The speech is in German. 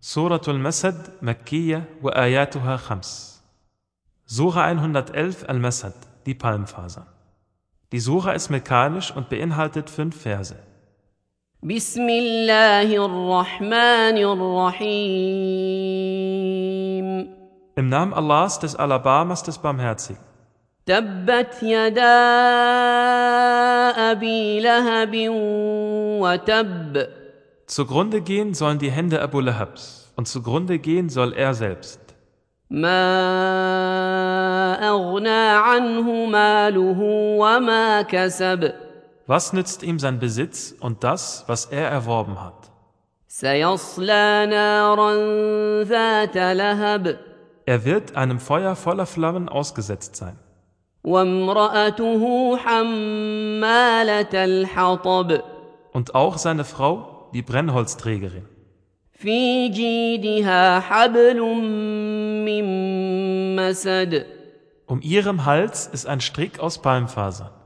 Suratul al-Masad, Makkiyah, وآياتها خمس. Sura 111 Al-Masad, die Palmfasern. Die Sura ist mekanisch und beinhaltet fünf Verse. بسم الله الرحمن الرحيم Im Namen Allahs des Alabamas des Barmherzigen. تبت يدا ابي لهب وتب Zugrunde gehen sollen die Hände Abu Lahabs und zugrunde gehen soll er selbst. ما اغنى عنه ماله وما كسب Was nützt ihm sein Besitz und das, was er erworben hat? سيصلى نارا ذات لهب Er wird einem Feuer voller Flammen ausgesetzt sein. وامراته حماله الحطب Und auch seine Frau, die Brennholzträgerin. في جيدها حبل من مسد Um ihrem Hals ist ein Strick aus Palmfasern.